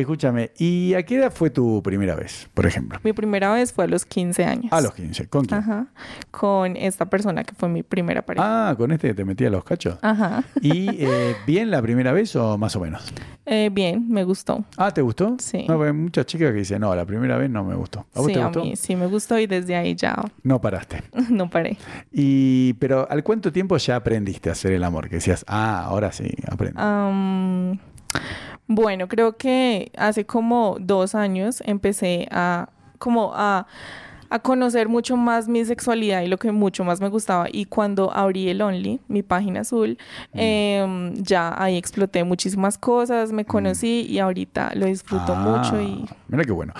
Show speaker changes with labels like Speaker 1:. Speaker 1: Escúchame, ¿y a qué edad fue tu primera vez, por ejemplo?
Speaker 2: Mi primera vez fue a los 15 años.
Speaker 1: A los 15, ¿con quién?
Speaker 2: Ajá. Con esta persona que fue mi primera pareja.
Speaker 1: Ah, con este que te metía los cachos.
Speaker 2: Ajá.
Speaker 1: ¿Y eh, bien la primera vez o más o menos?
Speaker 2: Eh, bien, me gustó.
Speaker 1: Ah, ¿te gustó?
Speaker 2: Sí.
Speaker 1: No, porque hay muchas chicas que dicen, no, la primera vez no me gustó. ¿A vos
Speaker 2: sí,
Speaker 1: Ah, te
Speaker 2: a
Speaker 1: gustó?
Speaker 2: mí sí me gustó y desde ahí ya
Speaker 1: No paraste.
Speaker 2: no paré.
Speaker 1: Y, pero ¿al cuánto tiempo ya aprendiste a hacer el amor? Que decías, ah, ahora sí, aprendo.
Speaker 2: Am, bueno, creo que hace como dos años empecé a como a, a conocer mucho más mi sexualidad y lo que mucho más me gustaba. Y cuando abrí el Only, mi página azul, em, ya ahí exploté muchísimas cosas, me conocí y ahorita lo disfruto
Speaker 1: Ah,
Speaker 2: mucho y
Speaker 1: Mira qué bueno.